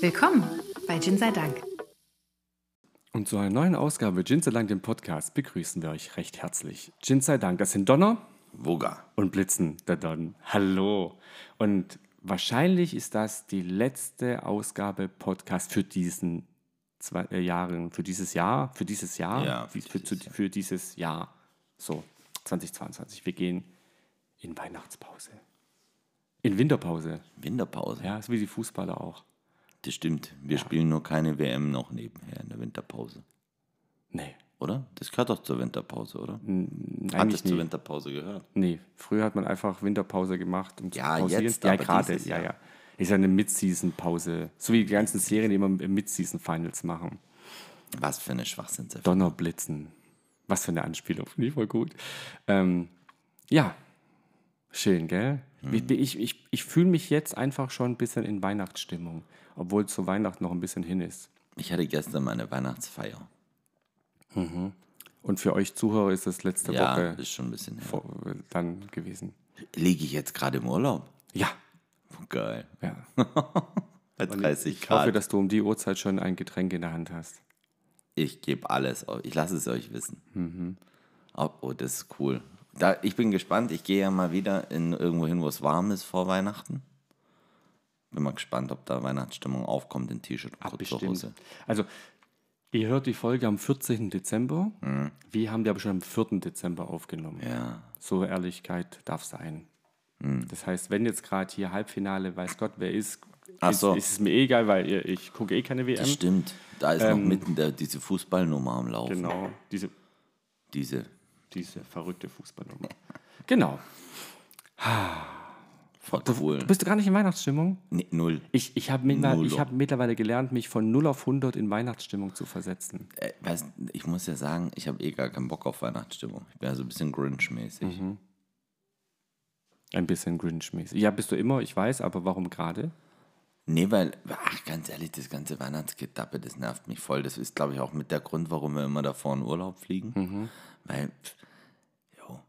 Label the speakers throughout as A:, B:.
A: Willkommen bei Gin sei Dank.
B: Und zu einer neuen Ausgabe Gin sei Dank, dem Podcast, begrüßen wir euch recht herzlich. Gin sei Dank, das sind Donner
C: Woga.
B: und Blitzen, der Don. Hallo. Und wahrscheinlich ist das die letzte Ausgabe Podcast für diesen zwei äh, Jahren, für dieses Jahr, für dieses Jahr,
C: Ja,
B: für,
C: für
B: für,
C: dieses
B: zu- für dieses Jahr. So, 2022. Wir gehen in Weihnachtspause. In Winterpause.
C: Winterpause.
B: Ja, so wie die Fußballer auch.
C: Das stimmt. Wir spielen nur keine WM noch nebenher in der Winterpause.
B: Nee,
C: Oder? Das gehört doch zur Winterpause, oder? Hat
B: eigentlich
C: das zur
B: nicht.
C: Winterpause gehört?
B: Nee, früher hat man einfach Winterpause gemacht. Um zu
C: Ja,
B: pausieren.
C: jetzt,
B: Ja,
C: aber
B: gerade.
C: dieses
B: Ja,
C: Jahr.
B: ja. Ist ja eine Mid-Season-Pause. So wie die ganzen Serien, die immer im Mid-Season-Finals machen.
C: Was für eine Schwachsinn.
B: Donnerblitzen. Was für eine Anspielung. Finde ich voll gut. Ähm, ja, schön, gell?
C: Mhm.
B: Ich- Ich, ich, ich fühle mich jetzt einfach schon ein bisschen in Weihnachtsstimmung. Obwohl zu Weihnachten noch ein bisschen hin ist.
C: Ich hatte gestern meine Weihnachtsfeier.
B: Und für euch Zuhörer ist das letzte
C: ja,
B: Woche
C: ist schon ein bisschen her.
B: vor, dann gewesen.
C: Liege ich jetzt gerade im Urlaub?
B: Ja,
C: Geil.
B: ja.
C: Bei 30
B: Ich hoffe,
C: Grad.
B: dass du um die Uhrzeit schon ein Getränk in der Hand hast.
C: Ich gebe alles. auf. Ich lasse es euch wissen.
B: Mhm.
C: Oh, oh, das ist cool. Da, ich bin gespannt. Ich gehe ja mal wieder in irgendwo hin, wo es warm ist vor Weihnachten. Bin mal gespannt, ob da Weihnachtsstimmung aufkommt in T-Shirt
B: Ah,
C: und kurzer Hose.
B: Also, ihr hört die Folge am 14. Dezember. Wir haben die aber schon am 4. Dezember aufgenommen.
C: Mhm. Ja. Mhm.
B: So Ehrlichkeit darf sein. Das heißt, wenn jetzt gerade hier Halbfinale, weiß Gott, wer ist,
C: Ach
B: ist,
C: so.
B: ist es mir eh egal, weil ihr- ich gucke eh keine WM.
C: Stimmt. Da ist noch mitten der, diese Fußballnummer am Laufen.
B: ähm, Genau, diese,
C: Diese.
B: diese verrückte Fußballnummer. genau.
C: Voll cool.
B: Bist du gar nicht in Weihnachtsstimmung?
C: Nee, null.
B: Ich, ich habe mittlerweile, ich
C: Nuller.
B: hab mittlerweile gelernt, mich von 0 auf 100 in Weihnachtsstimmung zu versetzen.
C: Äh, weißt, ich muss ja sagen, ich habe eh gar keinen Bock auf Weihnachtsstimmung. Ich bin ja so ein bisschen
B: Mhm.
C: Grinch-mäßig.
B: Ein bisschen Grinch-mäßig. Ja, bist du immer, ich weiß, aber warum gerade?
C: Nee, weil, ach, ganz ehrlich, das ganze Weihnachtsgetappe, das nervt mich voll. Das ist, glaube ich, auch mit der Grund, warum wir immer davor in Urlaub fliegen.
B: Mhm.
C: Weil, pff, jo,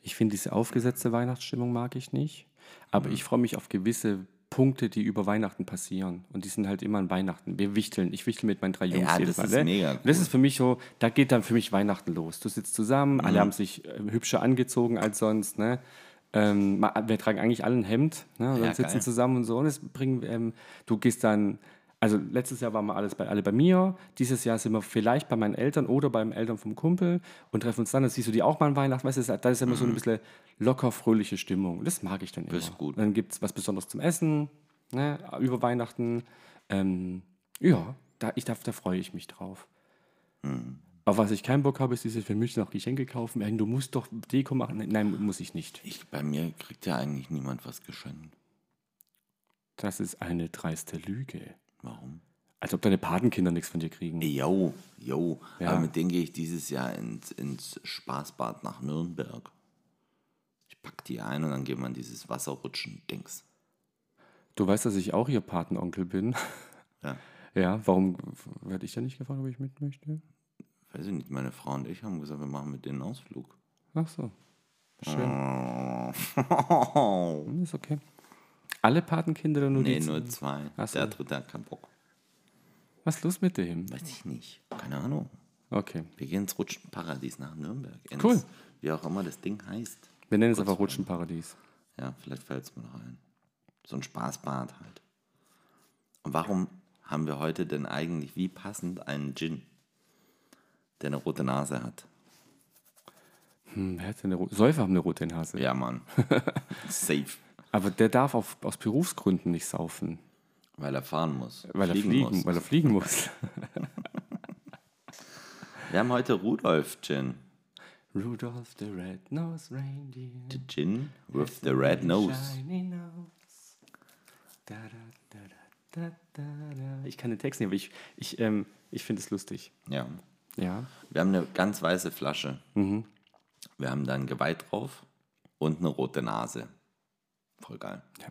B: Ich finde, diese aufgesetzte Weihnachtsstimmung mag ich nicht.
C: Mhm.
B: Aber ich freue mich auf gewisse Punkte, die über Weihnachten passieren. Und die sind halt immer an Weihnachten. Wir wichteln. Ich wichtel mit meinen drei Jungs.
C: Ja,
B: jedes Mal,
C: das ist
B: ne?
C: mega
B: Das
C: cool.
B: ist für mich so, da geht dann für mich Weihnachten los. Du sitzt zusammen,
C: Mhm.
B: alle haben sich äh, hübscher angezogen als sonst. Ne? Ähm, ma- wir tragen eigentlich alle ein Hemd. Ne? Und
C: Ja,
B: dann sitzen
C: geil.
B: zusammen und so. Und es bringen, ähm, du gehst dann. Also letztes Jahr waren wir alles bei, alle bei mir, dieses Jahr sind wir vielleicht bei meinen Eltern oder beim Eltern vom Kumpel und treffen uns dann, dann siehst du die auch mal an Weihnachten, weißt du, das ist- da ist immer so eine bisschen locker fröhliche Stimmung. Das mag ich dann immer.
C: Mhm. ist gut.
B: Dann gibt es was Besonderes zum Essen, ne, über Weihnachten. Ähm, ja, da, ich, da, da freue ich mich drauf.
C: Mhm.
B: Auf was ich keinen Bock habe, ist dieses, wir müssen noch Geschenke kaufen. Ey, Du musst doch Deko machen. Nein, muss ich nicht.
C: ich, bei mir kriegt ja eigentlich niemand was geschenkt.
B: Das ist eine dreiste Lüge.
C: Warum?
B: Als ob deine Patenkinder nichts von dir kriegen.
C: Jo, jo.
B: Ja.
C: Aber mit denen gehe ich dieses Jahr ins, ins Spaßbad nach Nürnberg. Ich pack die ein und dann gehen wir in dieses Wasserrutschen-Dings.
B: Du weißt, dass ich auch ihr Patenonkel bin.
C: Ja.
B: Ja, warum werde ich da nicht gefragt, ob ich mit möchte?
C: Weiß ich nicht, meine Frau und ich haben gesagt, wir machen mit denen einen Ausflug.
B: Ach so. Schön. Hm, Ist okay. Alle Patenkinder oder nur
C: Nee,
B: die?
C: nur zwei.
B: Ach so.
C: Der dritte hat keinen Bock.
B: Was ist los mit dem?
C: Weiß ich nicht. Keine Ahnung.
B: Okay.
C: Wir gehen ins Rutschenparadies nach Nürnberg. Ins,
B: Cool.
C: Wie auch immer das Ding heißt.
B: Wir nennen es einfach Rutschenparadies.
C: Ja, vielleicht fällt es mir noch ein. So ein Spaßbad halt. Und warum haben wir heute denn eigentlich wie passend einen Gin, der eine rote Nase hat?
B: Hm, wer hat denn eine rote Säufer haben eine rote Nase.
C: Ja, Mann. Safe.
B: Aber der darf auf, aus Berufsgründen nicht saufen.
C: Weil er fahren muss.
B: Weil er fliegen
C: muss.
B: Weil er fliegen muss.
C: Wir haben heute Rudolf Gin.
B: Rudolph the Red-Nosed Reindeer.
C: The Gin with the red nose.
B: Shiny nose. Da, da, da, da, da, da. Ich kann den Text nicht, aber ich, ich, ähm, ich finde es lustig.
C: Ja.
B: Ja.
C: Wir haben eine ganz weiße Flasche. Wir haben da ein Geweih drauf und eine rote Nase. Voll geil.
B: Ja.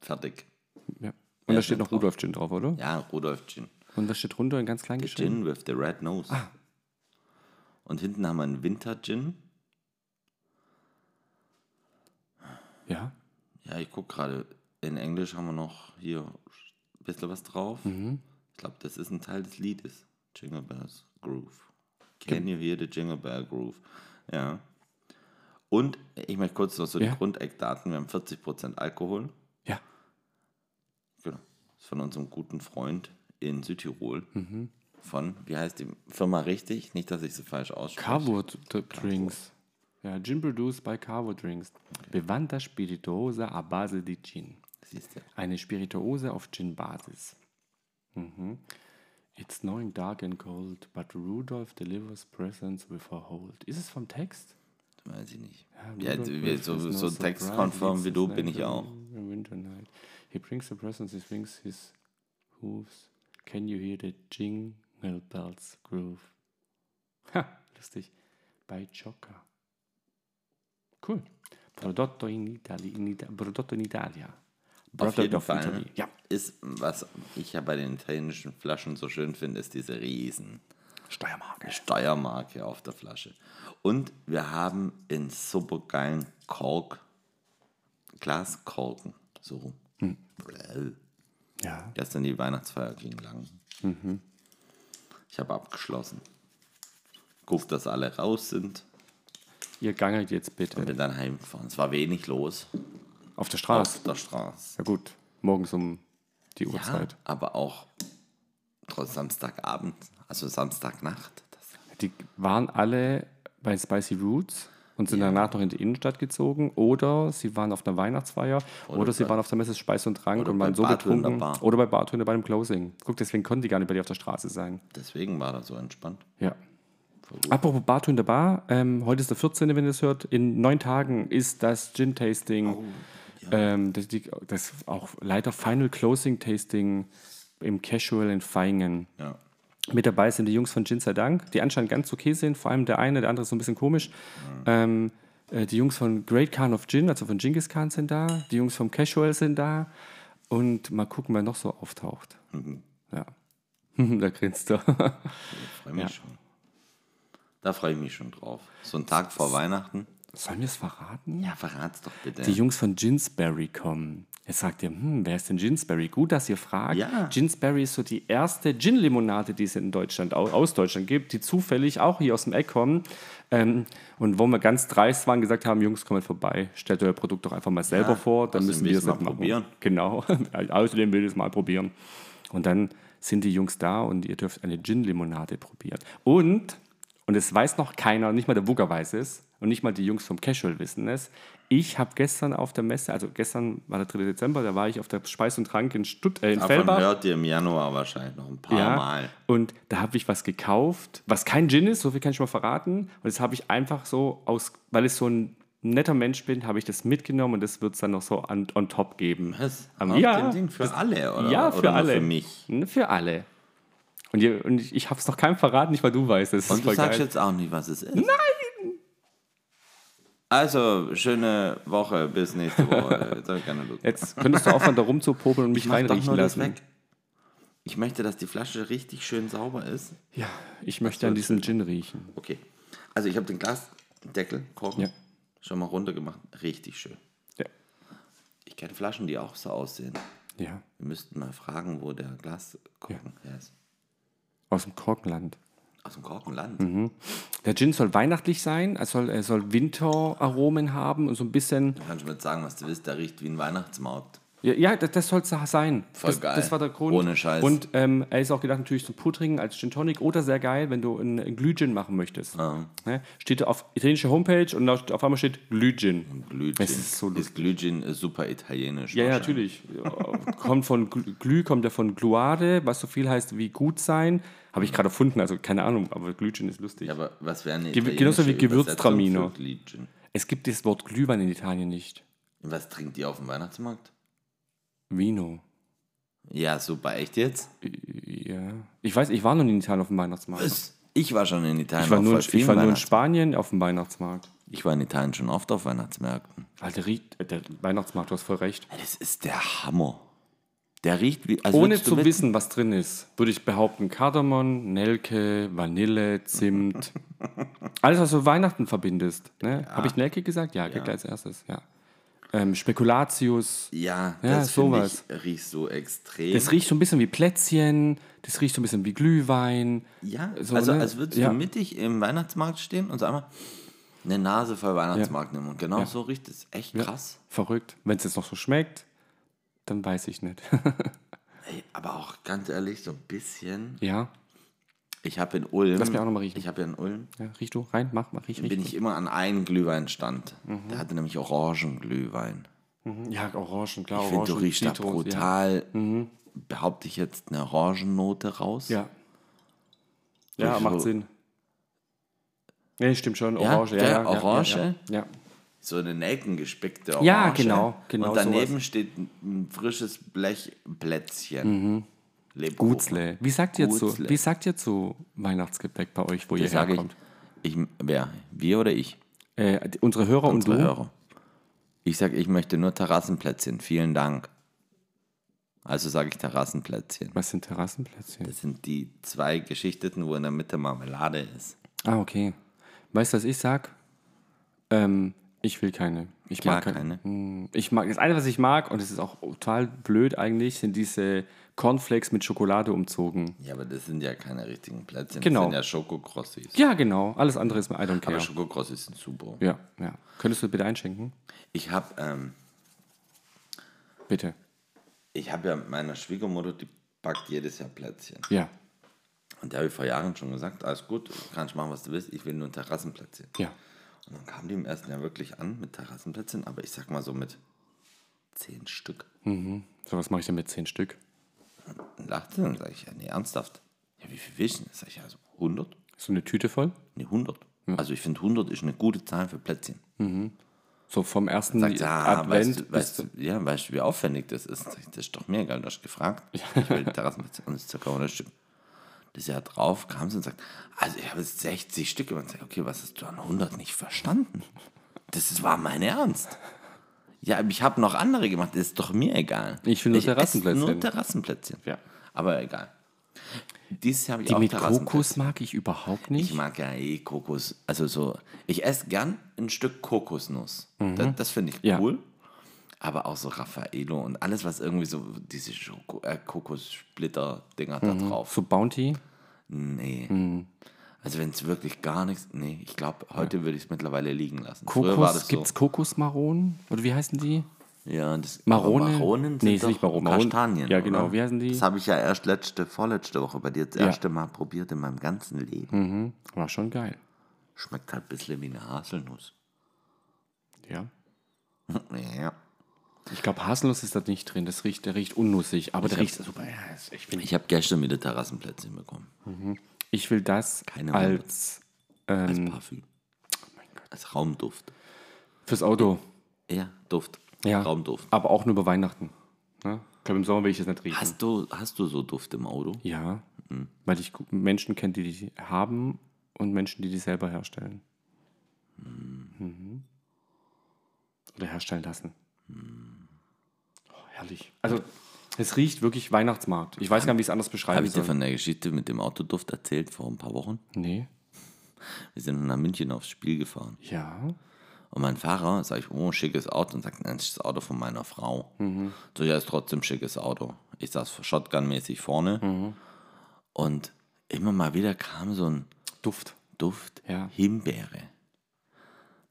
C: Fertig.
B: ja. Und
C: Wer
B: da
C: ist
B: steht
C: denn
B: noch
C: drauf?
B: Rudolf Gin drauf, oder?
C: Ja, Rudolf Gin.
B: Und da steht runter in ganz klein geschrieben.
C: Gin with the red nose. Und hinten haben wir einen Winter Gin.
B: Ja.
C: Ja, ich gucke gerade. In Englisch haben wir noch hier bisschen was drauf.
B: Mhm.
C: Ich glaube, das ist ein Teil des Liedes. Jingle Bells Groove. Can you hear the Jingle Bell Groove? Ja. Und ich möchte kurz noch so
B: Ja.
C: die Grundeckdaten. Wir haben 40% Alkohol.
B: Ja.
C: Genau. Ist von unserem guten Freund in Südtirol.
B: Mhm.
C: Von, wie heißt die Firma richtig? Nicht, dass ich sie falsch ausspreche.
B: Carwood D- Drinks. Ja, Gin produced by Carwood Drinks. Bevanda Spirituosa a base di Gin.
C: Siehst du.
B: Eine Spirituose auf Gin-Basis. Mhm. It's snowing dark and cold, but Rudolph delivers presents with a hold. Ist es vom Text?
C: Weiß ich nicht.
B: Ja,
C: Ja, wir- so,
B: Christmas,
C: so
B: no surprise,
C: textkonform wie
B: leads
C: du
B: us
C: bin
B: night
C: ich auch.
B: to a Winter night. He brings the presents, he swings his hooves. Can you hear the jingle bells groove? Ha, lustig. Bei Joker. Cool. Prodotto in Italia. In Ita prodotto in Italia.
C: Auf
B: Product
C: jeden
B: of
C: Fall ne?
B: Italy. Ja,
C: ist, was ich ja bei den italienischen Flaschen so schön finde, ist diese riesen
B: Steiermark.
C: Steuermarke auf der Flasche. Und wir haben in supergeilen Kork, Glaskorken, so rum. Bläh.
B: Ja.
C: Gestern die Weihnachtsfeier ging lang. Ich habe abgeschlossen. Guckt, dass alle raus sind.
B: Ihr gangelt jetzt bitte.
C: Und bin dann heimgefahren. Es war wenig los
B: Auf der
C: auf
B: Straße.
C: der Straße.
B: Ja gut, morgens um die
C: Ja,
B: Uhrzeit.
C: aber auch trotz Samstagabend, also Samstagnacht. Das
B: Die waren alle bei Spicy Roots und sind danach noch in die Innenstadt gezogen oder sie waren auf einer Weihnachtsfeier oder, sie waren auf der Messe Speis und Trank und
C: bei
B: waren so
C: Bartö in der
B: betrunken
C: Bar.
B: oder bei Bartöne bei dem Closing. Guck, deswegen konnten die gar nicht bei dir auf der Straße sein.
C: Deswegen war das so entspannt.
B: Ja. Apropos Bartö in der Bar, ähm, heute ist der 14., wenn ihr es hört. In neun Tagen ist das Gin-Tasting, ähm, das, die, das auch leider Final Closing Tasting im Casual in Feingen.
C: Ja.
B: Mit dabei sind die Jungs von Gin sei Dank, die anscheinend ganz okay sind, vor allem der eine, der andere ist so ein bisschen komisch. Ähm, äh, die Jungs von Great Khan of Gin, also von Genghis Khan sind da, die Jungs vom Casual sind da und mal gucken, wer noch so auftaucht. Ja. da grinst er.
C: Freue mich schon. Da freue ich mich schon drauf. So ein Tag vor Weihnachten.
B: Sollen wir es verraten?
C: Ja, verrat's doch bitte.
B: Die Jungs von Ginsberry kommen. Jetzt sagt ihr, hm, wer ist denn Ginsberry? Gut, dass ihr fragt.
C: Ja.
B: Ginsberry ist so die erste Gin-Limonade, die es in Deutschland, au- aus Deutschland gibt, die zufällig auch hier aus dem Eck kommen. Ähm, und wo wir ganz dreist waren, gesagt haben, Jungs, kommt vorbei, stellt euer Produkt doch einfach mal selber vor, dann
C: außerdem
B: müssen
C: will
B: wir
C: ich's
B: es
C: mal
B: nicht machen.
C: probieren.
B: Genau, außerdem will ich es mal probieren. Und dann sind die Jungs da und ihr dürft eine Gin-Limonade probieren. Und, und es weiß noch keiner, nicht mal der Wugger weiß es und nicht mal die Jungs vom Casual wissen es, ich habe gestern auf der Messe, also gestern war der 3. Dezember, da war ich auf der Speis und Trank in, Stutt äh, in
C: Davon
B: Fellbach.
C: hört ihr im Januar wahrscheinlich noch ein paar
B: Ja,
C: Mal.
B: und da habe ich was gekauft, was kein Gin ist, so viel kann ich schon mal verraten. Und das habe ich einfach so aus, weil ich so ein netter Mensch bin, habe ich das mitgenommen und das wird es dann noch so an, on top geben.
C: Was?
B: Am-
C: Auf
B: ja,
C: dem Ding für alle, oder?
B: ja,
C: oder
B: für
C: nur
B: alle.
C: Für mich.
B: Ne, Für alle. Und, ihr, und ich, ich habe es noch keinem verraten, nicht mal du weißt es. Das ist
C: Und du
B: voll
C: sagst
B: geil.
C: jetzt auch nicht, was es ist. Nein! Also, schöne Woche, bis nächste Woche. Jetzt hab ich keine Lust.
B: Jetzt könntest du aufhören, da rumzupopeln und mich
C: mach doch
B: reinriechen
C: nur das
B: lassen.
C: weg. Ich möchte, dass die Flasche richtig schön sauber ist.
B: Ja, ich möchte an diesem Gin riechen.
C: Okay. Also ich habe den Glasdeckel, Korken,
B: Ja.
C: schon mal runter gemacht. Richtig schön.
B: Ja.
C: Ich kenne Flaschen, die auch so aussehen.
B: ja.
C: Wir müssten mal fragen, wo der Glaskorken her ist.
B: Aus dem Korkenland.
C: Aus dem Korkenland.
B: Mhm. Der Gin soll weihnachtlich sein, er soll, er soll Winteraromen haben und so ein bisschen.
C: Du kannst mir jetzt sagen, was du willst. Der riecht wie ein Weihnachtsmarkt.
B: Ja, ja das, das soll es sein.
C: Voll
B: das,
C: geil.
B: das war der Grund.
C: Ohne Scheiß.
B: Und ähm, er ist auch gedacht natürlich zum Putringen als Gin Tonic oder sehr geil, wenn du einen, einen Glühgin machen möchtest. Ne? Steht auf italienischer Homepage und da steht- auf einmal steht Glühgin.
C: Glühgin.
B: Es ist so
C: ist Glühgin ist super italienisch.
B: Ja, ja,
C: wahrscheinlich.
B: natürlich. Ja, kommt von Glü, Glüh kommt ja von Gluade, was so viel heißt wie gut sein. Habe ich gerade erfunden, also keine Ahnung, aber Glühgin ist lustig.
C: Ja, aber was wäre eine
B: Ge- genauso wie
C: italienische Übersetzung für
B: Gewürztraminer.
C: Glühgin?
B: Es gibt das Wort Glühwein in Italien nicht.
C: Was trinkt ihr auf dem Weihnachtsmarkt?
B: Vino.
C: Ja, super. Echt jetzt?
B: Ja. Ich weiß, ich war noch nie in Italien auf dem Weihnachtsmarkt.
C: Ich war schon in Italien.
B: Ich war,
C: auf
B: nur,
C: voll
B: ich
C: vielen
B: war nur in
C: Weihnachts-
B: Spanien auf dem Weihnachtsmarkt.
C: Ich war in Italien schon oft auf Weihnachtsmärkten.
B: Alter, riecht, äh, der Weihnachtsmarkt, du hast voll recht.
C: Das ist der Hammer. Der riecht wie. als
B: Ohne
C: würdest du
B: zu
C: mit-
B: wissen, was drin ist, würde ich behaupten, Kardamom, Nelke, Vanille, Zimt. alles, was du Weihnachten verbindest. Ne? Habe ich Nelke gesagt? Ja, geht gleich als erstes. Ja. ähm, Spekulatius.
C: Ja,
B: Ja,
C: das finde
B: sowas.
C: ich riecht so extrem.
B: Das riecht so ein bisschen wie Plätzchen, das riecht so ein bisschen wie Glühwein.
C: ja,
B: so,
C: also
B: ne?
C: als würdest du
B: Ja.
C: mittig im Weihnachtsmarkt stehen und so einmal eine Nase voll Weihnachtsmarkt nehmen. Und genau so riecht es. Echt krass.
B: Verrückt. Wenn es jetzt noch so schmeckt, dann weiß ich nicht.
C: Ey, aber auch ganz ehrlich, so ein bisschen.
B: ja,
C: Ich habe in Ulm.
B: Lass mich auch noch mal riechen.
C: Ich habe ja in Ulm.
B: ja, riech du rein, mach, mach, riech, riech.
C: Bin ich immer an einen Glühweinstand.
B: Mhm.
C: Der hatte nämlich Orangenglühwein.
B: Ja, Orangen, klar,
C: Ich finde, du
B: Orangen,
C: riechst da
B: Zitrus,
C: brutal, behaupte ich jetzt, eine Orangennote raus.
B: Ja. Ja,
C: Riech
B: macht
C: so-
B: Sinn. Nee, stimmt schon,
C: Ja,
B: Orange, ja,
C: gell,
B: ja, ja,
C: Orange?
B: Ja, ja.
C: So eine nelkengespickte Orange.
B: Ja, genau, genau
C: Und daneben steht ein frisches Blechplätzchen.
B: Mhm.
C: Lebkuchen.
B: Gutzle. Wie sagt ihr zu,
C: Gutzle.
B: wie sagt ihr zu Weihnachtsgebäck bei euch, wo ihr
C: Das sage
B: herkommt?
C: ich. ich. Wer? Wir oder ich?
B: Äh, die- unsere Hörer
C: Unsere
B: und du?
C: Hörer. Ich sage, ich möchte nur Terrassenplätzchen. Vielen Dank. Also sage ich Terrassenplätzchen.
B: Was sind Terrassenplätzchen?
C: Das sind die zwei geschichteten, wo in der Mitte Marmelade ist.
B: Ah, okay. Weißt du, was ich sag? Ähm, ich will keine. Ich
C: Gar
B: mag keine.
C: keine.
B: Ich mag das eine, was ich mag, und es ist auch total blöd eigentlich, sind diese Cornflakes mit Schokolade umzogen.
C: Ja, aber das sind ja keine richtigen Plätzchen.
B: Genau.
C: Das sind ja Schokokrossis.
B: Ja, genau. Alles andere ist mir I don't
C: Aber
B: care.
C: Schokokrossis sind super.
B: Ja, ja. Könntest du bitte einschenken?
C: Ich habe ähm,
B: Bitte.
C: ich hab ja meiner Schwiegermutter, die backt jedes Jahr Plätzchen.
B: Ja,
C: Und der habe ich vor Jahren schon gesagt, alles gut, kannst machen, was du willst, ich will nur Terrassenplätzchen.
B: ja.
C: Und dann kam die im ersten Jahr wirklich an mit Terrassenplätzchen, aber ich sag mal so mit zehn Stück.
B: Mhm. So, was mache ich denn mit zehn Stück?
C: Dann lachte sie und sage ich, ja, nee, ernsthaft. Ja, wie viel willst du denn? Sag ich, also 100?
B: So eine Tüte voll?
C: Nee, 100. Also ich finde 100 ist eine gute Zahl für Plätzchen.
B: So vom ersten
C: Sagt, ja,
B: "Ah, Advent
C: weißt, du,
B: bis
C: weißt, du, ja, weißt du, wie aufwendig das ist? Sag ich, Das ist doch mir egal, du hast gefragt. Ich will Terrassenplätzchen und es ist ca. 100 Stück. Das Jahr drauf kam sie und sagt, also ich habe jetzt 60 Stück. Und sagt, okay, was hast du an 100 nicht verstanden? Das ist- war mein Ernst. Ja, aber ich habe noch andere gemacht, das ist doch mir egal.
B: Ich will nur
C: esse
B: Terrassenplätzchen.
C: Nur Terrassenplätzchen.
B: Ja.
C: Aber egal. Dieses Jahr habe ich
B: Die
C: auch
B: mit
C: Terrassenplätzchen.
B: Kokos mag ich überhaupt nicht.
C: Ich mag ja eh Kokos. Also so, ich esse gern ein Stück Kokosnuss. Das, das finde ich
B: Mhm. Ja.
C: cool. Aber auch so Raffaello und alles, was irgendwie so diese Schoko äh, Kokossplitter-Dinger
B: Mhm.
C: da drauf.
B: so Bounty.
C: Nee.
B: Mhm.
C: Also wenn es wirklich gar nichts. Nee, ich glaube, heute würde ich es mittlerweile liegen lassen. Früher war
B: Kokos,
C: das
B: gibt's Kokosmaronen? Oder wie heißen die?
C: so. Ja, das,
B: Marone?
C: Maronen sind
B: Nee, ist
C: doch
B: nicht Marone. Marone-
C: Kastanien.
B: Ja, genau.
C: Oder?
B: Wie heißen die?
C: Das habe ich ja erst letzte, vorletzte Woche bei dir das erste Mal probiert in meinem ganzen Leben.
B: Hm. War schon geil.
C: Schmeckt halt ein bisschen wie eine Haselnuss.
B: Ja.
C: Ja.
B: Ich glaube, Haselnuss ist da nicht drin. Das riecht, der riecht unnussig, aber der
C: hab-
B: riecht super. Ja, ist- ich, bin,
C: Ich habe gestern wieder Terrassenplätzchen bekommen.
B: ich will das
C: Keine
B: als ähm,
C: Als
B: Mhm.
C: Parfüm. Oh Als Raumduft.
B: fürs Auto.
C: Ja, Duft.
B: Ja.
C: Raumduft.
B: Aber auch nur bei Weihnachten. Ne? Ich glaube, im Sommer will ich das nicht riechen.
C: Hast du, hast du so Duft im Auto?
B: Ja, hm. weil ich gu- Menschen kenne, die die haben und Menschen, die die selber herstellen. Mhm. Oder herstellen lassen. Hm. Oh, herrlich. Also, es riecht wirklich Weihnachtsmarkt. Ich weiß gar nicht, wie ich es anders beschreiben
C: Habe ich dir
B: soll.
C: von der Geschichte mit dem Autoduft erzählt vor ein paar Wochen?
B: Nee.
C: Wir sind nach München aufs Spiel gefahren.
B: Ja.
C: Und mein Fahrer, sage ich, oh, schickes Auto. Und sagt, nein, das ist das Auto von meiner Frau.
B: Mhm.
C: So, ja, ist trotzdem schickes Auto. Ich saß Shotgun-mäßig vorne.
B: Mhm.
C: Und immer mal wieder kam so ein
B: Duft.
C: Duft
B: Ja.
C: Himbeere.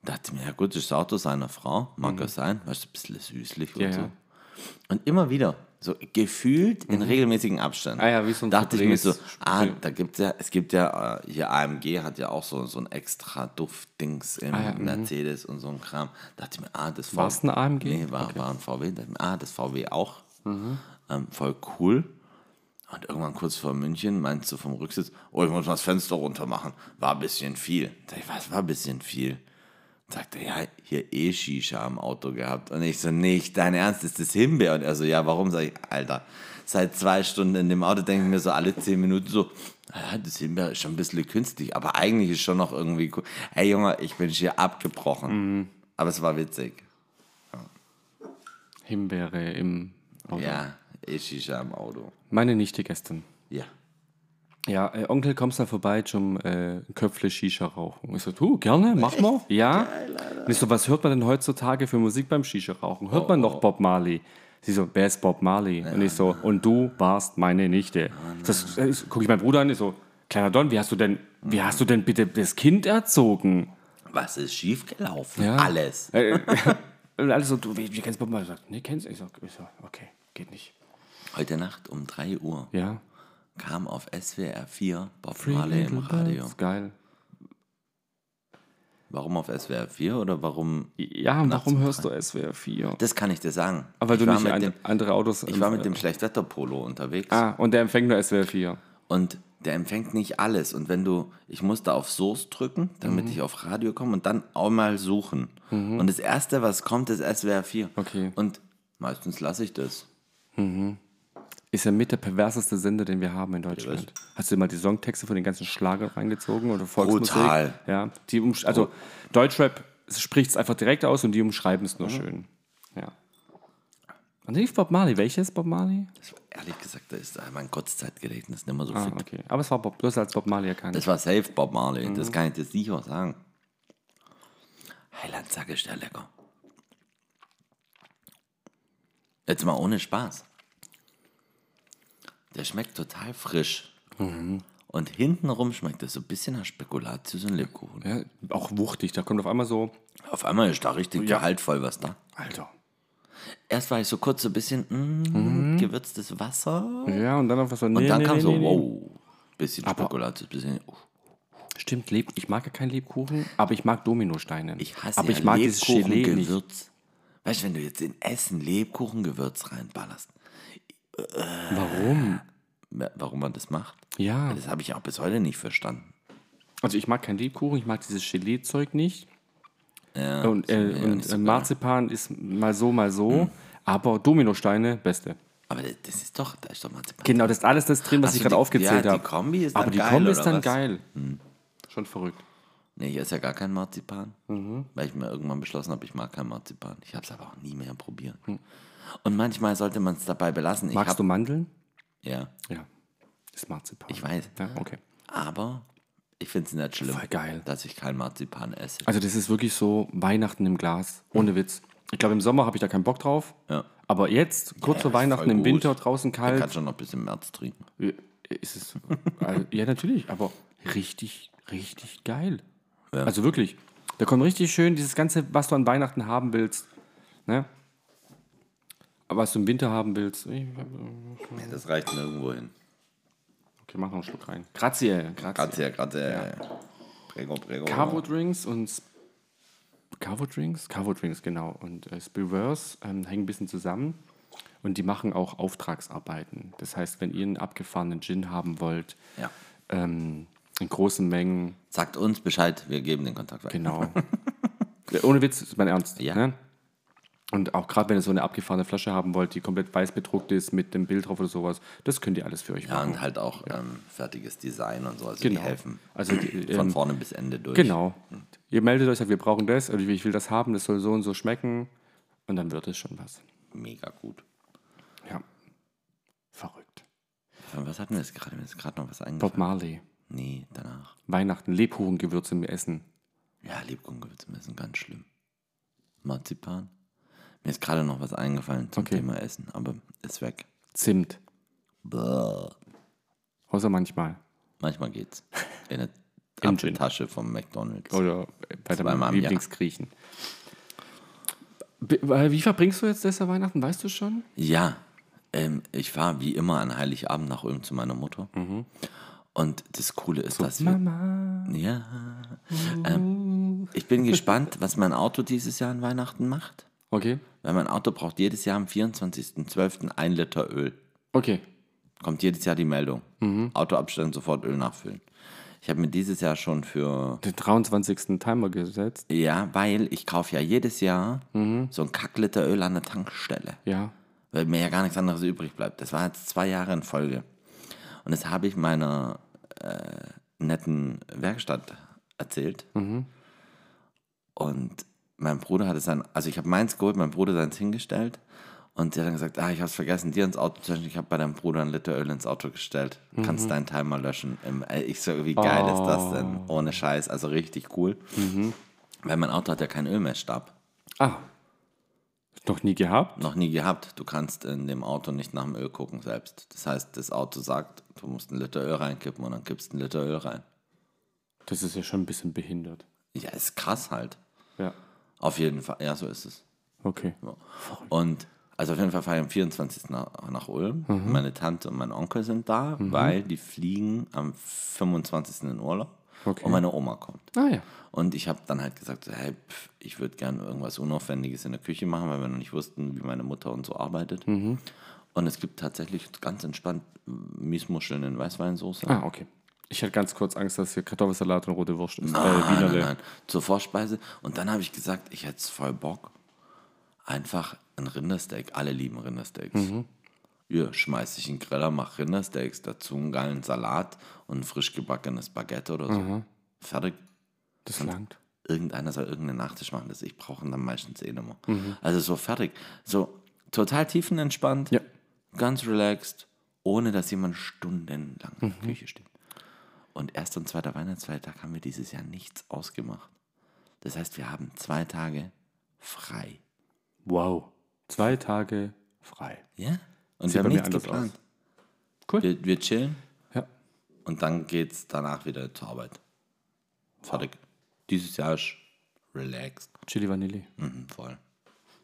C: Dachte mir, ja gut, das ist das Auto seiner Frau, mag ja sein, weißt du, ein bisschen süßlich und
B: Mhm. Ja,
C: so.
B: ja. Mhm.
C: Und immer wieder, so gefühlt in regelmäßigen Abständen.
B: Ah ja, wie so ein
C: Dachte ich mir so,
B: Verdrehs-
C: ah, da gibt es ja, es gibt ja, äh, hier AMG hat ja auch so, so ein extra Duftdings im
B: ja, mhm.
C: Mercedes und so ein Kram. Dachte ich mir, ah, das
B: War's ein AMG?
C: Nee, war, war ein VW. Dachte ich mir, ah, das VW auch.
B: Mhm.
C: Ähm, voll cool. Und irgendwann kurz vor München meinst du vom Rücksitz, oh, ich muss mal das Fenster runter machen. War ein bisschen viel. Sag ich, was war ein bisschen viel? Sagt er, ja, hier eh Shisha im Auto gehabt. Und ich so, nicht, dein Ernst, ist das Himbeer? Und er so, ja, warum? Sag ich, Alter, seit zwei Stunden in dem Auto denke ich mir so alle zehn Minuten so, ah, das Himbeer ist schon ein bisschen künstlich, aber eigentlich ist schon noch irgendwie cool. Ey, Junge, ich bin hier abgebrochen.
B: Mhm.
C: Aber es war witzig.
B: Himbeere im Auto.
C: Ja, eh Shisha im Auto.
B: Meine Nichte gestern.
C: Ja.
B: Ja, äh, Onkel, kommst du vorbei zum äh, Köpfle Shisha rauchen? Ich so, du, gerne, mach mal. Ja. Und ich so, was hört man denn heutzutage für Musik beim Shisha rauchen? Hört
C: Oh,
B: man noch Bob Marley? Sie so, wer ist Bob Marley? und ich so, und du warst meine Nichte. das äh, ich- guck ich meinen Bruder an, ich so, kleiner Don, wie hast du denn, wie hast du denn bitte das Kind erzogen?
C: Was ist schiefgelaufen?
B: Ja.
C: Alles.
B: Äh, und alle so, du, wie, wie kennst du Bob Marley? Ich so, nee, kennst du? Ich so, ich so, okay, geht nicht.
C: Heute Nacht um 3 Uhr
B: Ja.
C: kam auf SWR 4 Bob Marley im Radio.
B: Ist geil.
C: Warum auf SWR 4 oder warum?
B: Ja, und
C: um
B: warum hörst du SWR 4?
C: Das kann ich dir sagen.
B: Aber
C: ich
B: du
C: war
B: nicht
C: mit
B: an,
C: dem,
B: andere Autos. äh,
C: Ich war mit dem Schlechtwetterpolo unterwegs
B: Ah, und der empfängt nur SWR 4.
C: und der empfängt nicht alles. Und wenn du, ich musste auf Source drücken, damit
B: Mhm.
C: ich auf Radio komme und dann auch mal suchen. Und das erste, was kommt, ist SWR 4.
B: Okay.
C: Und meistens lasse ich das.
B: Ist ja mit der perverseste Sender, den wir haben in Deutschland. Hast du dir mal die Songtexte von den ganzen Schlagern reingezogen oder Volksmusik?
C: Brutal.
B: Ja, die umsch also Deutschrap spricht es einfach direkt aus und die umschreiben es
C: Mhm.
B: nur schön. Ja. Und lief Bob Marley. Welches Bob Marley?
C: das war, ehrlich gesagt, da ist mein Kurzzeitgedächtnis nicht mehr so
B: Ah,
C: fit.
B: okay. Aber es war Bob, du hast als Bob Marley erkannt.
C: Das war safe Bob Marley,
B: Mhm.
C: das kann ich dir sicher sagen. Heiland, sag ich dir lecker. Jetzt mal ohne Spaß. Der schmeckt total frisch.
B: Mhm.
C: Und hintenrum schmeckt das so ein bisschen nach Spekulatius und Lebkuchen.
B: ja, auch wuchtig, da kommt auf einmal so,
C: Auf einmal ist da richtig gehaltvoll was da.
B: Alter.
C: Erst war ich so kurz so ein bisschen mm, gewürztes Wasser.
B: Ja, und dann auf was so,
C: Mhm.
B: Mhm.
C: Und
B: nee,
C: dann
B: nee,
C: kam
B: nee,
C: so,
B: nee, nee.
C: wow, bisschen Spekulatius, bisschen. Oh.
B: Stimmt, Leb ich mag ja keinen Lebkuchen, aber ich mag Dominosteine.
C: Ich hasse
B: aber
C: ja
B: ich mag dieses Gelee nicht.
C: Lebkuchengewürz. Weißt du, wenn du jetzt in Essen Lebkuchengewürz reinballerst,
B: Warum?
C: wa- warum man das macht,
B: Ja.
C: das habe ich auch bis heute nicht verstanden.
B: Also ich mag keinen Lebkuchen, ich mag dieses Gelee-Zeug nicht. und äh,
C: ja
B: und
C: nicht Hm. so
B: äh, Marzipan ist mal so, mal so. Aber Dominosteine, beste.
C: Aber das, das ist doch, da ist doch Marzipan.
B: Genau, das ist alles das drin, was
C: Ach
B: ich
C: so,
B: gerade
C: die-
B: aufgezählt
C: ja, die
B: habe.
C: Kombi ist
B: Aber
C: dann
B: die
C: geil,
B: Kombi ist
C: oder
B: dann
C: was?
B: geil. Schon verrückt.
C: Nee, ich esse ja gar kein Marzipan,
B: Mhm.
C: weil ich mir irgendwann beschlossen habe, ich mag kein Marzipan. Ich habe es aber auch nie mehr probiert. Und manchmal sollte man es dabei belassen. Ich
B: Hm. Magst
C: hab,
B: du Mandeln?
C: Ja,
B: Ja. Ist Marzipan.
C: ich weiß.
B: Ja, okay.
C: Aber ich finde es nicht schlimm,
B: Voll geil.
C: dass ich kein Marzipan esse.
B: Also das ist wirklich so Weihnachten im Glas. Ohne Witz. Ich glaube, im Sommer habe ich da keinen Bock drauf.
C: Ja.
B: Aber jetzt, kurz vor
C: voll
B: Weihnachten, im
C: gut.
B: Winter, draußen
C: Ich
B: kalt, äh,
C: kann schon noch ein bisschen März trinken.
B: ist es. also, ja, natürlich, aber richtig, richtig geil. Also wirklich. Da kommt richtig schön dieses Ganze, was du an Weihnachten haben willst. Ne? Aber Was du im Winter haben willst. Ich-
C: Das reicht nirgendwo hin.
B: Okay, mach noch einen Schluck rein. Grazie. Grazie.
C: Grazie, grazie. Prego, prego.
B: Carvo Drinks und. Sp- Carvo Drinks? Carvo Drinks, genau. Und äh, Spivers ähm, hängen ein bisschen zusammen. Und die machen auch Auftragsarbeiten. Das heißt, wenn ihr einen abgefahrenen Gin haben wollt,
C: Ja.
B: ähm, in großen Mengen,
C: Sagt uns Bescheid, wir geben den Kontakt weiter.
B: Genau. Ja, Ohne Witz, ist mein Ernst.
C: Ja.
B: Ne? Und auch gerade wenn ihr so eine abgefahrene Flasche haben wollt, die komplett weiß bedruckt ist mit dem Bild drauf oder sowas, das könnt ihr alles für euch
C: Ja,
B: machen.
C: und halt auch ähm, fertiges Design und so. Also
B: Genau.
C: die helfen
B: Also die,
C: von
B: ähm,
C: vorne bis Ende durch.
B: Genau. Ihr meldet euch, sagt, wir brauchen das, oder ich will das haben, das soll so und so schmecken. Und dann wird es schon was.
C: Mega gut.
B: Ja. Verrückt.
C: Von was hatten wir jetzt gerade? Mir ist gerade noch was
B: Bob
C: eingefallen.
B: Marley.
C: Nee, danach.
B: Weihnachten, Lebkuchengewürze im Essen.
C: Ja, Lebkuchengewürze müssen ganz schlimm. Marzipan. Mir ist gerade noch was eingefallen zum
B: Okay.
C: Thema Essen, aber ist weg.
B: Zimt.
C: Bäh.
B: Außer manchmal.
C: Manchmal geht's. In der
B: Im Gin. Oh,
C: Tasche vom McDonalds.
B: Oder bei
C: Zweimal
B: deinem
C: im Jahr.
B: Lieblingsgriechen. B- äh, Wie verbringst du jetzt das Weihnachten? Weißt du schon?
C: Ja, ähm, ich fahre wie immer an Heiligabend nach Ulm zu meiner Mutter. Und das Coole ist, dass wir.
B: Mama.
C: Ja. Ähm, ich bin gespannt, was mein Auto dieses Jahr an Weihnachten macht.
B: Okay.
C: Weil mein Auto braucht jedes Jahr am 24.12. ein Liter Öl.
B: Okay.
C: Kommt jedes Jahr die Meldung. Auto abstellen, sofort Öl nachfüllen. Ich habe mir dieses Jahr schon für.
B: Den 23. Timer gesetzt.
C: Ja, weil ich kaufe ja jedes Jahr so ein Kackliter Öl an der Tankstelle.
B: Ja.
C: weil mir ja gar nichts anderes übrig bleibt. Das war jetzt zwei Jahre in Folge. Und das habe ich meiner äh, netten Werkstatt erzählt. Und mein Bruder hat es dann, also ich habe meins geholt, mein Bruder seins hingestellt. Und sie hat dann gesagt, ah, ich hab's vergessen, dir ins Auto zu löschen. Ich habe bei deinem Bruder ein Liter Öl ins Auto gestellt. Kannst deinen Timer löschen. Ähm, ey, Ich so, wie geil ist das denn? Ohne Scheiß, also richtig cool. Weil mein Auto hat ja keinen Ölmessstab.
B: Ah. Noch nie gehabt?
C: Noch nie gehabt. Du kannst in dem Auto nicht nach dem Öl gucken selbst. Das heißt, das Auto sagt, du musst einen Liter Öl reinkippen und dann kippst einen Liter Öl rein.
B: Das ist ja schon ein bisschen behindert.
C: Ja, ist krass halt.
B: Ja.
C: Auf jeden Fall. Ja, so ist es.
B: Okay.
C: Ja. Und also auf jeden Fall fahre ich am 24. nach, nach Ulm. Meine Tante und mein Onkel sind da, weil die fliegen am 25. in Urlaub
B: Okay.
C: und meine Oma kommt.
B: Ah ja.
C: Und ich habe dann halt gesagt, so, hey, pf, ich würde gerne irgendwas Unaufwendiges in der Küche machen, weil wir noch nicht wussten, wie meine Mutter und so arbeitet.
B: Mhm.
C: Und es gibt tatsächlich ganz entspannt Miesmuscheln in Weißweinsauce.
B: Ah, okay. Ich hatte ganz kurz Angst, dass hier Kartoffelsalat und rote Wurst ist.
C: Nein,
B: äh, Wienerle.
C: nein, nein. Zur Vorspeise. Und dann habe ich gesagt, ich hätte es voll Bock. Einfach ein Rindersteak. Alle lieben Rindersteaks.
B: Mhm.
C: Ja, schmeiß ich einen Griller, mach Rindersteaks, dazu einen geilen Salat und ein frisch gebackenes Baguette oder so. Fertig.
B: Das langt.
C: Irgendeiner soll irgendeinen Nachtisch machen. Das ich brauche ihn dann meistens eh nochmal.
B: Mhm.
C: Also so fertig. So total tiefenentspannt.
B: Ja.
C: Ganz relaxed. Ohne, dass jemand stundenlang in
B: Mhm.
C: der Küche steht. Und erst und zweiter Weihnachtsfeiertag haben wir dieses Jahr nichts ausgemacht. Das heißt, wir haben zwei Tage frei.
B: Wow. Zwei Tage frei.
C: Ja? Und
B: Sieht
C: wir haben
B: bei mir
C: nichts
B: anders
C: geplant.
B: Cool.
C: Wir, wir chillen
B: Ja.
C: und dann geht's danach wieder zur Arbeit. Fertig. Dieses Jahr ist relaxed.
B: Chili Vanilli.
C: Mhm, voll.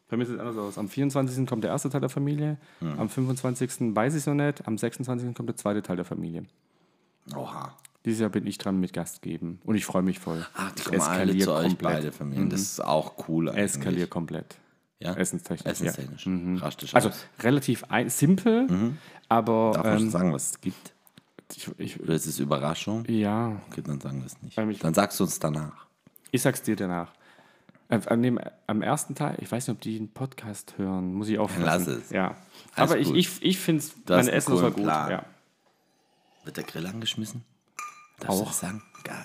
B: Bei mir sieht es anders aus. Am 24. kommt der erste Teil der Familie.
C: Hm.
B: Am 25. weiß ich es noch nicht. Am 26. kommt der zweite Teil der Familie.
C: Oha.
B: Dieses Jahr bin ich dran mit Gast geben. Und ich freue mich voll.
C: Ach, die
B: Ich
C: kommen alle
B: eskalier
C: zu euch
B: komplett.
C: beide Familien. Das ist auch cool. eigentlich.
B: Eskalier komplett.
C: Ja?
B: Essenstechnisch,
C: Essenstechnisch. Raste
B: Also
C: Scheiß.
B: relativ ein, simpel, aber
C: Mhm. darf man schon
B: ähm,
C: sagen, was es gibt?
B: ich, ich,
C: Oder ist es Überraschung?
B: ja,
C: Okay, dann sagen wir es nicht.
B: Ähm, ich-
C: Dann sagst du uns danach.
B: ich sag's dir danach. Äh, An dem, am ersten Teil, ich weiß nicht, ob die einen Podcast hören, muss ich aufpassen.
C: Lass es.
B: Ja.
C: Alles
B: aber ich,
C: gut.
B: ich, ich finde es,
C: hast
B: mein
C: einen
B: Essen das war
C: coolen
B: gut.
C: Plan.
B: Ja.
C: Wird der Grill angeschmissen? Darfst du
B: Auch.
C: das sagen? Geil.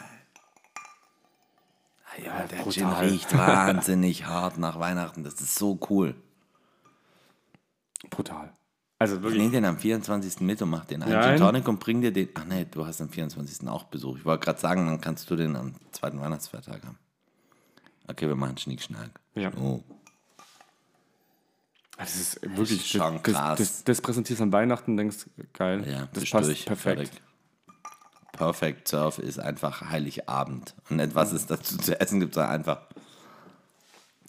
C: Ah ja, der Gin
B: brutal.
C: riecht wahnsinnig hart nach Weihnachten. Das ist so cool.
B: Brutal. Also
C: Ich
B: wirklich.
C: nehme den am 24. mit und mach den einen
B: Nein.
C: Gin Tonic und bring dir den. Ach nee, du hast am 24. auch Besuch. Ich wollte gerade sagen, dann kannst du den am zweiten Weihnachtsfeiertag haben. Okay, wir machen Schnickschnack.
B: Ja.
C: Oh.
B: Das ist wirklich
C: ist schon
B: das,
C: krass.
B: Das, das präsentierst du an Weihnachten und denkst, geil,
C: Ja,
B: das
C: bist
B: passt
C: durch.
B: perfekt.
C: Fertig. Perfect Surf ist einfach Heiligabend. Und etwas ist dazu zu essen, gibt es einfach.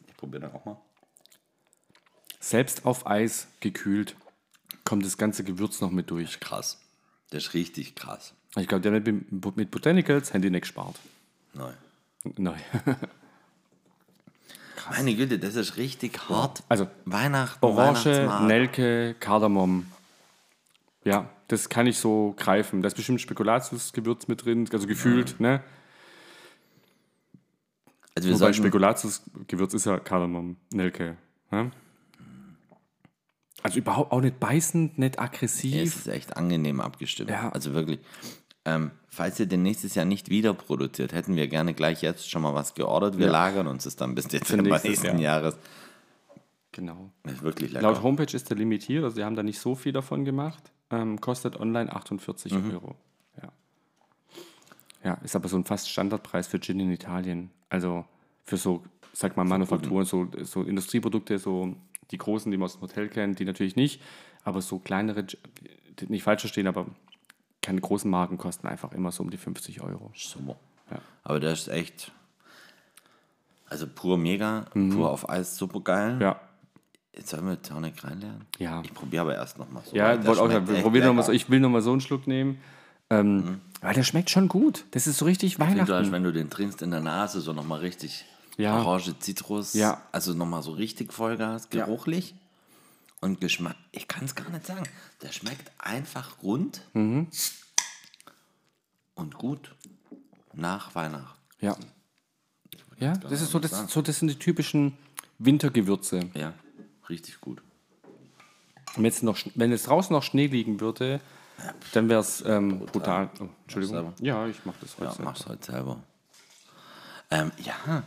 C: Ich probiere dann auch mal.
B: Selbst auf Eis gekühlt kommt das ganze Gewürz noch mit durch.
C: Krass. Das ist richtig krass.
B: Ich glaube, der hat mit, mit Botanicals Handy nicht gespart.
C: Nein.
B: Nein.
C: Meine Güte, das ist richtig hart.
B: Also,
C: Weihnachten,
B: Orange,
C: Weihnachtsmarkt.
B: Nelke, Kardamom. Ja, das kann ich so greifen. Da ist bestimmt Spekulatiusgewürz mit drin, also gefühlt, ne?
C: Also wir
B: Wobei
C: sollten
B: Spekulatiusgewürz ist ja Kardamom, Nelke. Ne? Also überhaupt auch nicht beißend, nicht
C: Ja,
B: aggressiv.
C: es ist echt angenehm abgestimmt.
B: Ja.
C: Also wirklich. Ähm, falls ihr den nächstes Jahr nicht wieder produziert, hätten wir gerne gleich jetzt schon mal was geordert. Wir lagern uns das dann bis Dezember
B: nächstes
C: nächsten Jahres.
B: Genau.
C: Das ist wirklich lecker.
B: Laut Homepage ist der limitiert, also sie haben da nicht so viel davon gemacht. Ähm, kostet online 48
C: Mhm.
B: Euro. Ja. ja, ist aber so ein fast Standardpreis für Gin in Italien. Also für so, sag mal, Manufakturen, so, so Industrieprodukte, so die großen, die man aus dem Hotel kennt, die natürlich nicht, aber so kleinere, Gin- nicht falsch verstehen, aber keine großen Marken kosten einfach immer so um die 50 Euro.
C: Super.
B: Ja.
C: Aber das ist echt. Also pur mega, pur auf Eis, super geil.
B: Mhm. Ja,
C: Jetzt sollen wir Tonic reinlernen?
B: Ja.
C: Ich probiere aber erst nochmal so.
B: Ja,
C: Der
B: wollte auch
C: schmeckt
B: sagen, wir
C: echt
B: probieren noch mal
C: lecker. Mhm.
B: so, ich will nochmal so einen Schluck nehmen. Ähm, Weil der schmeckt schon gut. Das ist so richtig
C: Klingt so, als
B: Weihnachten.
C: wenn du den trinkst in der Nase, so nochmal richtig
B: Ja.
C: orange Zitrus.
B: Ja.
C: Also nochmal so richtig Vollgas, geruchlich und Geschmack. Ich kann es gar nicht sagen. Der schmeckt einfach rund
B: Mhm.
C: und gut nach Weihnachten.
B: Ja. Ja, das ist so, das, so, das sind die typischen Wintergewürze.
C: Ja, richtig gut.
B: Wenn jetzt, noch, Sch- wenn jetzt draußen noch Schnee liegen würde, dann wäre es ähm, brutal. Oh, Entschuldigung.
C: Mach's
B: Ja, ich mache das
C: Ja,
B: heute.
C: mach's halt selber. Ähm, ja,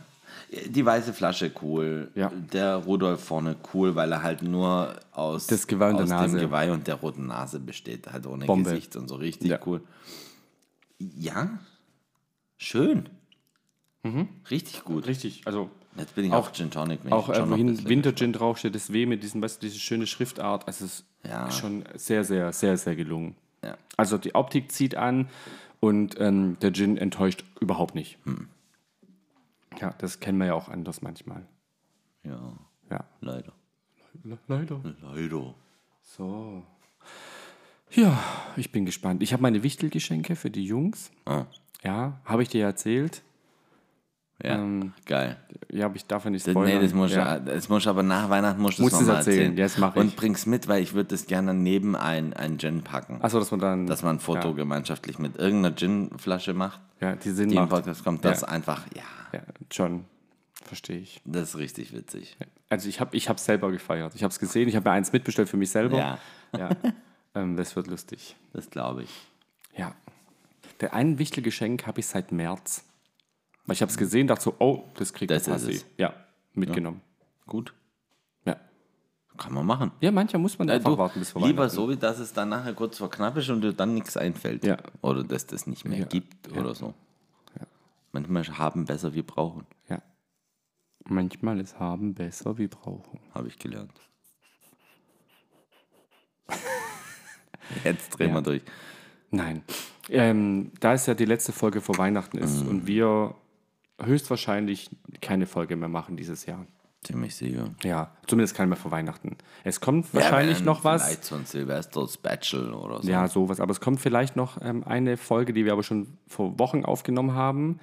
C: Die weiße Flasche cool.
B: Ja.
C: Der Rudolf vorne cool, weil er halt nur aus,
B: Das Geweih und
C: aus
B: der Nase.
C: dem Geweih und der roten Nase besteht. Halt ohne
B: Bombe.
C: Gesicht und so richtig
B: Ja.
C: cool. Ja, schön. Richtig gut.
B: Mhm. Richtig, also
C: Jetzt bin ich
B: Auch-
C: auch, auf Gin Tonic. bin
B: auch
C: ich schon
B: äh,
C: noch ein
B: wohin
C: bisschen-
B: Winter Gin draufsteht, das W mit diesem, weißt du, diese schöne Schriftart. Also es ist
C: Ja.
B: schon sehr, sehr, sehr, sehr gelungen.
C: Ja.
B: Also die Optik zieht an und ähm, der Gin enttäuscht überhaupt nicht.
C: Hm.
B: Ja, das kennen wir ja auch anders manchmal.
C: ja,
B: Ja.
C: leider.
B: Leider.
C: Leider.
B: So. Ja, ich bin gespannt. Ich habe meine Wichtelgeschenke für die Jungs.
C: Ah,
B: Ja, habe ich dir ja erzählt.
C: ja,
B: Ähm.
C: geil.
B: Ja, aber ich darf ja nicht
C: Das,
B: spoilern.
C: nee, das muss,
B: ja.
C: ja. das muss aber nach Weihnachten musst du
B: Musst
C: es
B: du's
C: nochmal
B: erzählen.
C: erzählen.
B: Jetzt mach ich.
C: Und bring's mit, weil ich würde das gerne neben ein, ein Gin packen.
B: Achso, dass man dann.
C: dass man ein Foto
B: ja,
C: gemeinschaftlich mit irgendeiner Gin-Flasche macht,
B: ja, die Sinn
C: die im
B: macht.
C: Podcast kommt. Das
B: Ja.
C: einfach, ja,
B: Ja, schon. Verstehe ich.
C: das ist richtig witzig.
B: Also ich habe ich hab's selber gefeiert. Ich habe es gesehen. Ich habe mir eins mitbestellt für mich selber.
C: Ja,
B: ja. Ähm, das wird lustig.
C: das glaube ich.
B: Ja. Der einen Wichtelgeschenk habe ich seit März. Weil ich habe es gesehen, dachte so, oh, das kriegt
C: Mhm. Das
B: der
C: ist
B: Pasi.
C: es.
B: Ja, mitgenommen.
C: Gut,
B: Ja.
C: kann man machen.
B: Ja, manchmal muss man
C: Äh,
B: einfach
C: du,
B: warten bis vorbei. ne?
C: lieber so, wie dass es dann nachher kurz vor knapp ist und dir dann nichts einfällt.
B: Ja.
C: Oder dass das nicht mehr
B: Ja.
C: gibt oder so. Manchmal haben besser, wir brauchen,
B: Ja. Manchmal ist haben besser wie brauchen.
C: habe ich gelernt. Jetzt drehen wir durch.
B: Nein. Ähm, da es ja die letzte Folge vor Weihnachten ist
C: Mhm.
B: und wir höchstwahrscheinlich keine Folge mehr machen dieses Jahr.
C: Ziemlich sicher.
B: Ja, zumindest keine mehr vor Weihnachten. Es kommt wahrscheinlich
C: Ja, ähm,
B: noch was.
C: Vielleicht so ein Silvester-Special oder so.
B: Ja, sowas. Aber es kommt vielleicht noch ähm, eine Folge, die wir aber schon vor Wochen aufgenommen haben.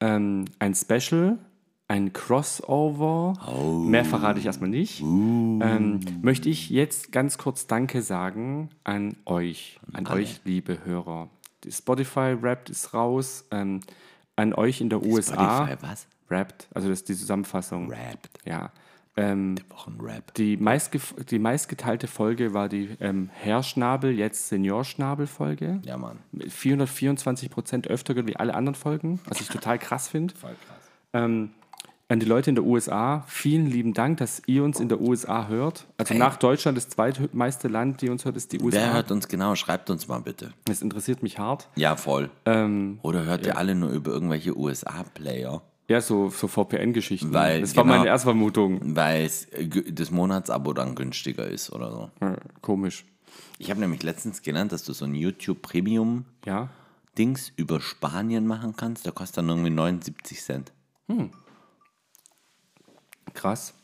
B: Ähm, ein Special, ein Crossover.
C: Oh.
B: Mehr verrate ich erstmal nicht.
C: Uh.
B: Ähm, möchte ich jetzt ganz kurz Danke sagen an euch, an euch, liebe Hörer. Die Spotify Wrapped ist raus. Ähm, an euch in der USA.
C: Spotify, was?
B: Wrapped, also das ist die Zusammenfassung.
C: Rappt.
B: Ja. Ähm,
C: Wochenrap.
B: die, meistgef die meistgeteilte Folge war die ähm, Herrschnabel, jetzt Seniorschnabel-Folge.
C: Ja, Mann.
B: Mit 424 Prozent öfter gehört wie alle anderen Folgen, was ich total krass finde.
C: Voll krass.
B: An die Leute in der USA, vielen lieben Dank, dass ihr uns in der USA hört. Also nach Deutschland, das zweitmeiste Land, die uns hört, ist die USA.
C: Wer hört uns genau? Schreibt uns mal bitte.
B: Das interessiert mich hart.
C: Ja, voll.
B: Ähm,
C: Oder hört ihr alle nur über irgendwelche USA-Player?
B: Ja, so, so VPN-Geschichten.
C: Weil,
B: Das war
C: genau.
B: meine Erstvermutung.
C: Weil es, äh, gü- das Monatsabo dann günstiger ist oder so.
B: Äh, Komisch.
C: Ich habe nämlich letztens gelernt, dass du so ein YouTube Premium
B: Ja.
C: Dings über Spanien machen kannst. Der kostet dann irgendwie 79 Cent.
B: Krass.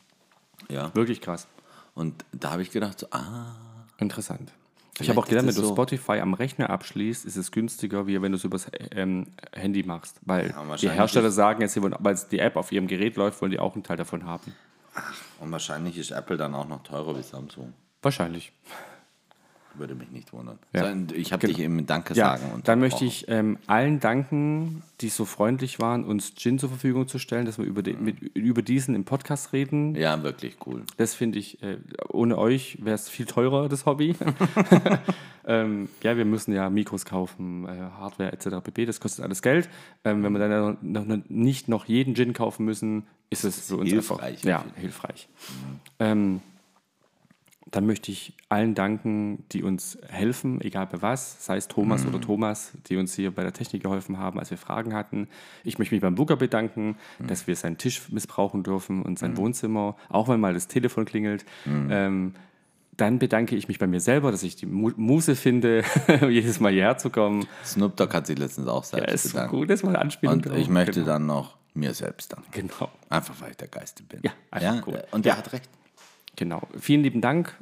C: Ja.
B: Wirklich krass.
C: Und da habe ich gedacht, so, ah,
B: Interessant. ich
C: Vielleicht
B: habe auch gelernt,
C: ist
B: wenn du
C: es so.
B: Spotify am Rechner abschließt, ist es günstiger, wie wenn du es übers ähm, Handy machst. Weil die
C: wahrscheinlich
B: Hersteller sagen jetzt, sie wollen- weil die App auf ihrem Gerät läuft, wollen die auch einen Teil davon haben.
C: und wahrscheinlich ist Apple dann auch noch teurer wie Samsung.
B: Wahrscheinlich.
C: Würde mich nicht wundern.
B: Ja.
C: So, ich habe
B: Genau.
C: dich eben Danke
B: Ja,
C: sagen. und-
B: dann möchte ich ähm, allen danken, die so freundlich waren, uns Gin zur Verfügung zu stellen, dass wir über,
C: Mhm.
B: den, mit, über diesen im Podcast reden.
C: Ja, wirklich cool.
B: Das finde ich, äh, ohne euch wäre es viel teurer, das Hobby. ähm, ja, wir müssen ja Mikros kaufen, äh, Hardware etc. pp. Das kostet alles Geld. Ähm, wenn wir dann ja noch, noch, nicht noch jeden Gin kaufen müssen, ist es für uns
C: hilfreich.
B: einfach ja, hilfreich. Ähm, dann möchte ich allen danken, die uns helfen, egal bei was, sei es Thomas
C: Mhm.
B: oder Thomas, die uns hier bei der Technik geholfen haben, als wir Fragen hatten. Ich möchte mich beim Booker bedanken,
C: Mhm.
B: dass wir seinen Tisch missbrauchen dürfen und sein Wohnzimmer, auch wenn mal das Telefon klingelt.
C: Mhm.
B: Ähm, dann bedanke ich mich bei mir selber, dass ich die Mu Muße finde, jedes Mal hierher zu kommen.
C: Snoop Dogg hat sich letztens auch selbst
B: Ja, ist so
C: bedankt.
B: gut, dass man Anspielung
C: Und
B: drauf.
C: ich möchte
B: genau.
C: dann noch mir selbst danken.
B: Genau,
C: Einfach weil ich der Geiste bin.
B: Ja, einfach cool.
C: äh, Und der hat recht.
B: genau. Vielen lieben Dank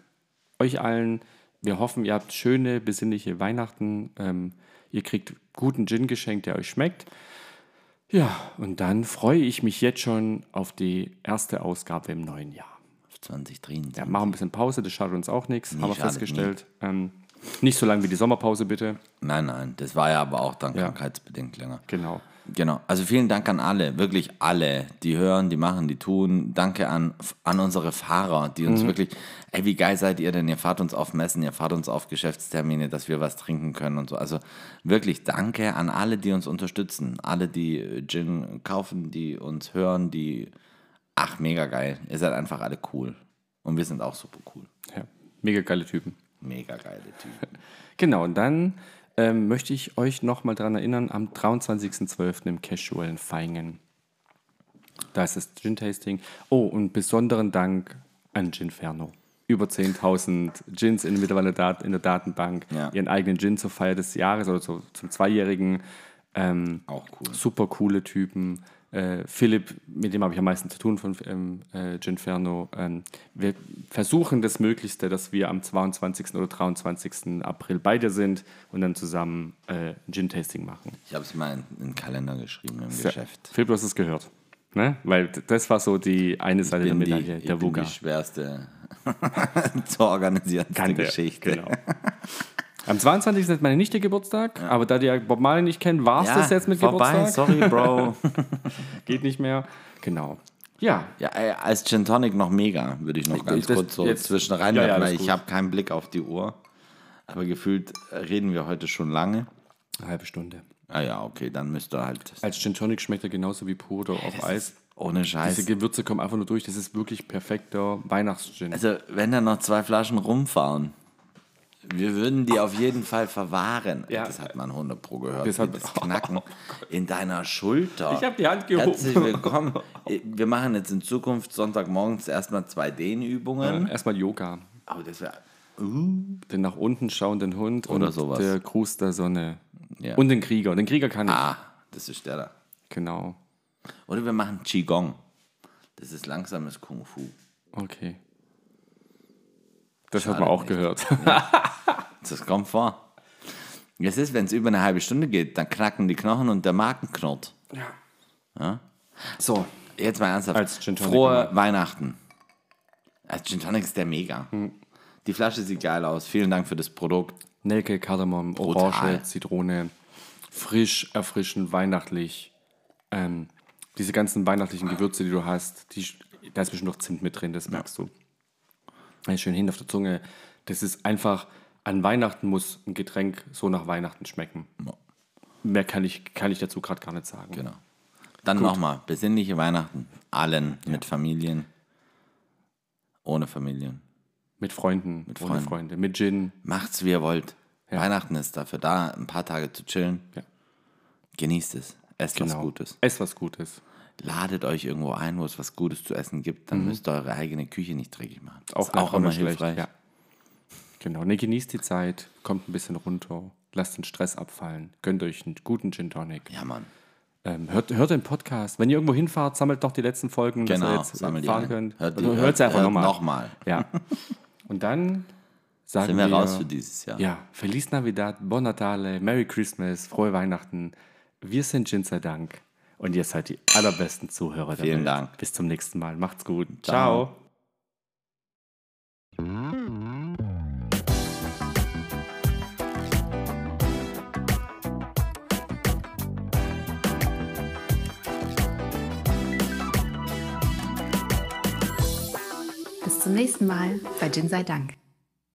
B: euch allen. Wir hoffen, ihr habt schöne, besinnliche Weihnachten. Ähm, ihr kriegt guten Gin geschenkt, der euch schmeckt. Ja, und dann freue ich mich jetzt schon auf die erste Ausgabe im neuen Jahr.
C: 20 Tränen.
B: Ja, machen ein bisschen Pause, das schadet uns auch nichts, haben wir
C: schadet
B: festgestellt. Ähm, nicht so lange wie die Sommerpause, bitte.
C: Nein, nein, das war ja aber auch dann
B: Ja.
C: krankheitsbedingt länger.
B: Genau.
C: Genau. Also vielen Dank an alle, wirklich alle, die hören, die machen, die tun. Danke an, an unsere Fahrer, die uns wirklich, ey, wie geil seid ihr denn? Ihr fahrt uns auf Messen, ihr fahrt uns auf Geschäftstermine, dass wir was trinken können und so. Also wirklich danke an alle, die uns unterstützen. Alle, die äh, Gin kaufen, die uns hören, die, ach, mega geil. Ihr seid einfach alle cool. Und wir sind auch super cool.
B: Ja, mega geile Typen.
C: Mega geile Typen.
B: Genau, und dann ähm, möchte ich euch nochmal dran erinnern, am 23.12. im Casual in Feingen. Da ist das Gin-Tasting. Oh, und besonderen Dank an Ginferno. Über 10.000 Gins in, mittlerweile Dat in der Datenbank.
C: Ja.
B: Ihren eigenen Gin zur Feier des Jahres oder zu, zum Zweijährigen. Ähm,
C: Auch cool.
B: super coole Typen. Äh, Philipp, mit dem habe ich am meisten zu tun von ähm, äh, Ginferno. Ähm, wir versuchen das Möglichste, dass wir am 22. oder 23. April bei dir sind und dann zusammen äh, ein Gin-Tasting machen.
C: Ich habe es mal in, in den Kalender geschrieben im Geschäft.
B: Philipp, du hast es gehört. Ne? Weil d- das war so die eine Seite der
C: bin die,
B: Medaille,
C: ich
B: der
C: bin
B: Wuga.
C: die schwerste zu organisierende
B: Kannte.
C: Geschichte.
B: Genau. Am 22. hat meine Nichte Geburtstag, aber da die ja Bob Marley nicht kennt, war es
C: Ja,
B: das jetzt mit
C: vorbei,
B: Geburtstag.
C: sorry, Bro.
B: Geht nicht mehr. Genau. Ja,
C: Ja, ey, als Gin Tonic noch mega, würde ich noch ganz
B: das-
C: kurz so
B: jetzt-
C: zwischen rein
B: Ja, ja,
C: werfen,
B: alles
C: weil ich
B: gut.
C: habe keinen Blick auf die Uhr. Aber gefühlt reden wir heute schon lange.
B: eine halbe Stunde.
C: Ah ja, okay, dann müsst ihr halt
B: Als Gin Tonic schmeckt er genauso wie pur oder auf Eis.
C: ohne
B: Diese
C: Scheiß.
B: Gewürze kommen einfach nur durch. Das ist wirklich perfekter Weihnachtsgin.
C: Also, wenn da noch zwei Flaschen rumfahren, wir würden die auf jeden Fall verwahren.
B: Ja.
C: Das hat man 100 pro gehört.
B: Das
C: Das,
B: hat- Oh
C: hat, das Knacken in deiner Schulter.
B: Ich hab die Hand gehoben.
C: Herzlich willkommen. Äh, Wir machen jetzt in Zukunft Sonntagmorgens erstmal zwei Dehnübungen.
B: Erstmal Yoga.
C: Aber das wäre
B: Den nach unten schauenden Hund
C: Oder
B: und
C: sowas.
B: der Gruß der Sonne.
C: Ja.
B: Und den Krieger. Den Krieger kann ich.
C: Ah, das ist der da.
B: Genau.
C: Oder wir machen Qigong. Das ist langsames Kung Fu.
B: Okay. Das hat
C: Schade
B: man auch
C: nicht.
B: gehört.
C: Das kommt vor. Es ist, wenn es über eine halbe Stunde geht, dann knacken die Knochen und der Magen knurrt.
B: So,
C: Jetzt mal ernsthaft.
B: Als Gin Tonic
C: Frohe
B: nochmal.
C: Weihnachten. Als Gin Tonic ist der mega. Die Flasche sieht geil aus. Vielen Dank für das Produkt.
B: Nelke, Kardamom, Orange,
C: Brutal.
B: Zitrone. Frisch, erfrischend, weihnachtlich. Ähm, diese ganzen weihnachtlichen Gewürze, die du hast, die, da ist bestimmt noch Zimt mit drin, das merkst du. Äh, Schön hin auf der Zunge. Das ist einfach, an Weihnachten muss ein Getränk so nach Weihnachten schmecken. Mehr kann ich, kann ich dazu gerade gar nicht sagen.
C: Genau. Dann nochmal. Besinnliche Weihnachten. Allen. Mit Familien. Ohne Familien.
B: Mit Freunden, mit ohne
C: Freunden.
B: Freunde, mit Gin.
C: Macht's, wie ihr wollt. Weihnachten ist dafür da, ein paar Tage zu chillen.
B: Ja.
C: Genießt es. Esst was
B: Genau.
C: Gutes.
B: Ess was Gutes.
C: Ladet euch irgendwo ein, wo es was Gutes zu essen gibt. Dann müsst ihr eure eigene Küche nicht dreckig machen.
B: Mhm. Auch,
C: ist auch immer hilfreich.
B: Ja. Genau, ne, genießt die Zeit, kommt ein bisschen runter, lasst den Stress abfallen, gönnt euch einen guten Gin Tonic.
C: ja, Mann.
B: Ähm, hört, hört den Podcast. Wenn ihr irgendwo hinfahrt, sammelt doch die letzten Folgen, dass
C: Genau,
B: ihr jetzt
C: sammelt die
B: fahren
C: ein.
B: könnt.
C: Hört die-
B: Oder hört's
C: hört-
B: einfach
C: hört
B: nochmal.
C: nochmal.
B: Ja. Und dann sagen
C: Sind wir raus für dieses Jahr.
B: Ja, Feliz Navidad, Bon Natale, Merry Christmas, frohe Weihnachten. Wir sind Gin sei Dank. Und ihr seid die allerbesten Zuhörer der
C: Vielen
B: Welt.
C: Dank.
B: Bis zum nächsten Mal. Macht's gut.
C: Ciao.
B: Ciao.
A: Bis zum nächsten Mal bei Gin sei Dank.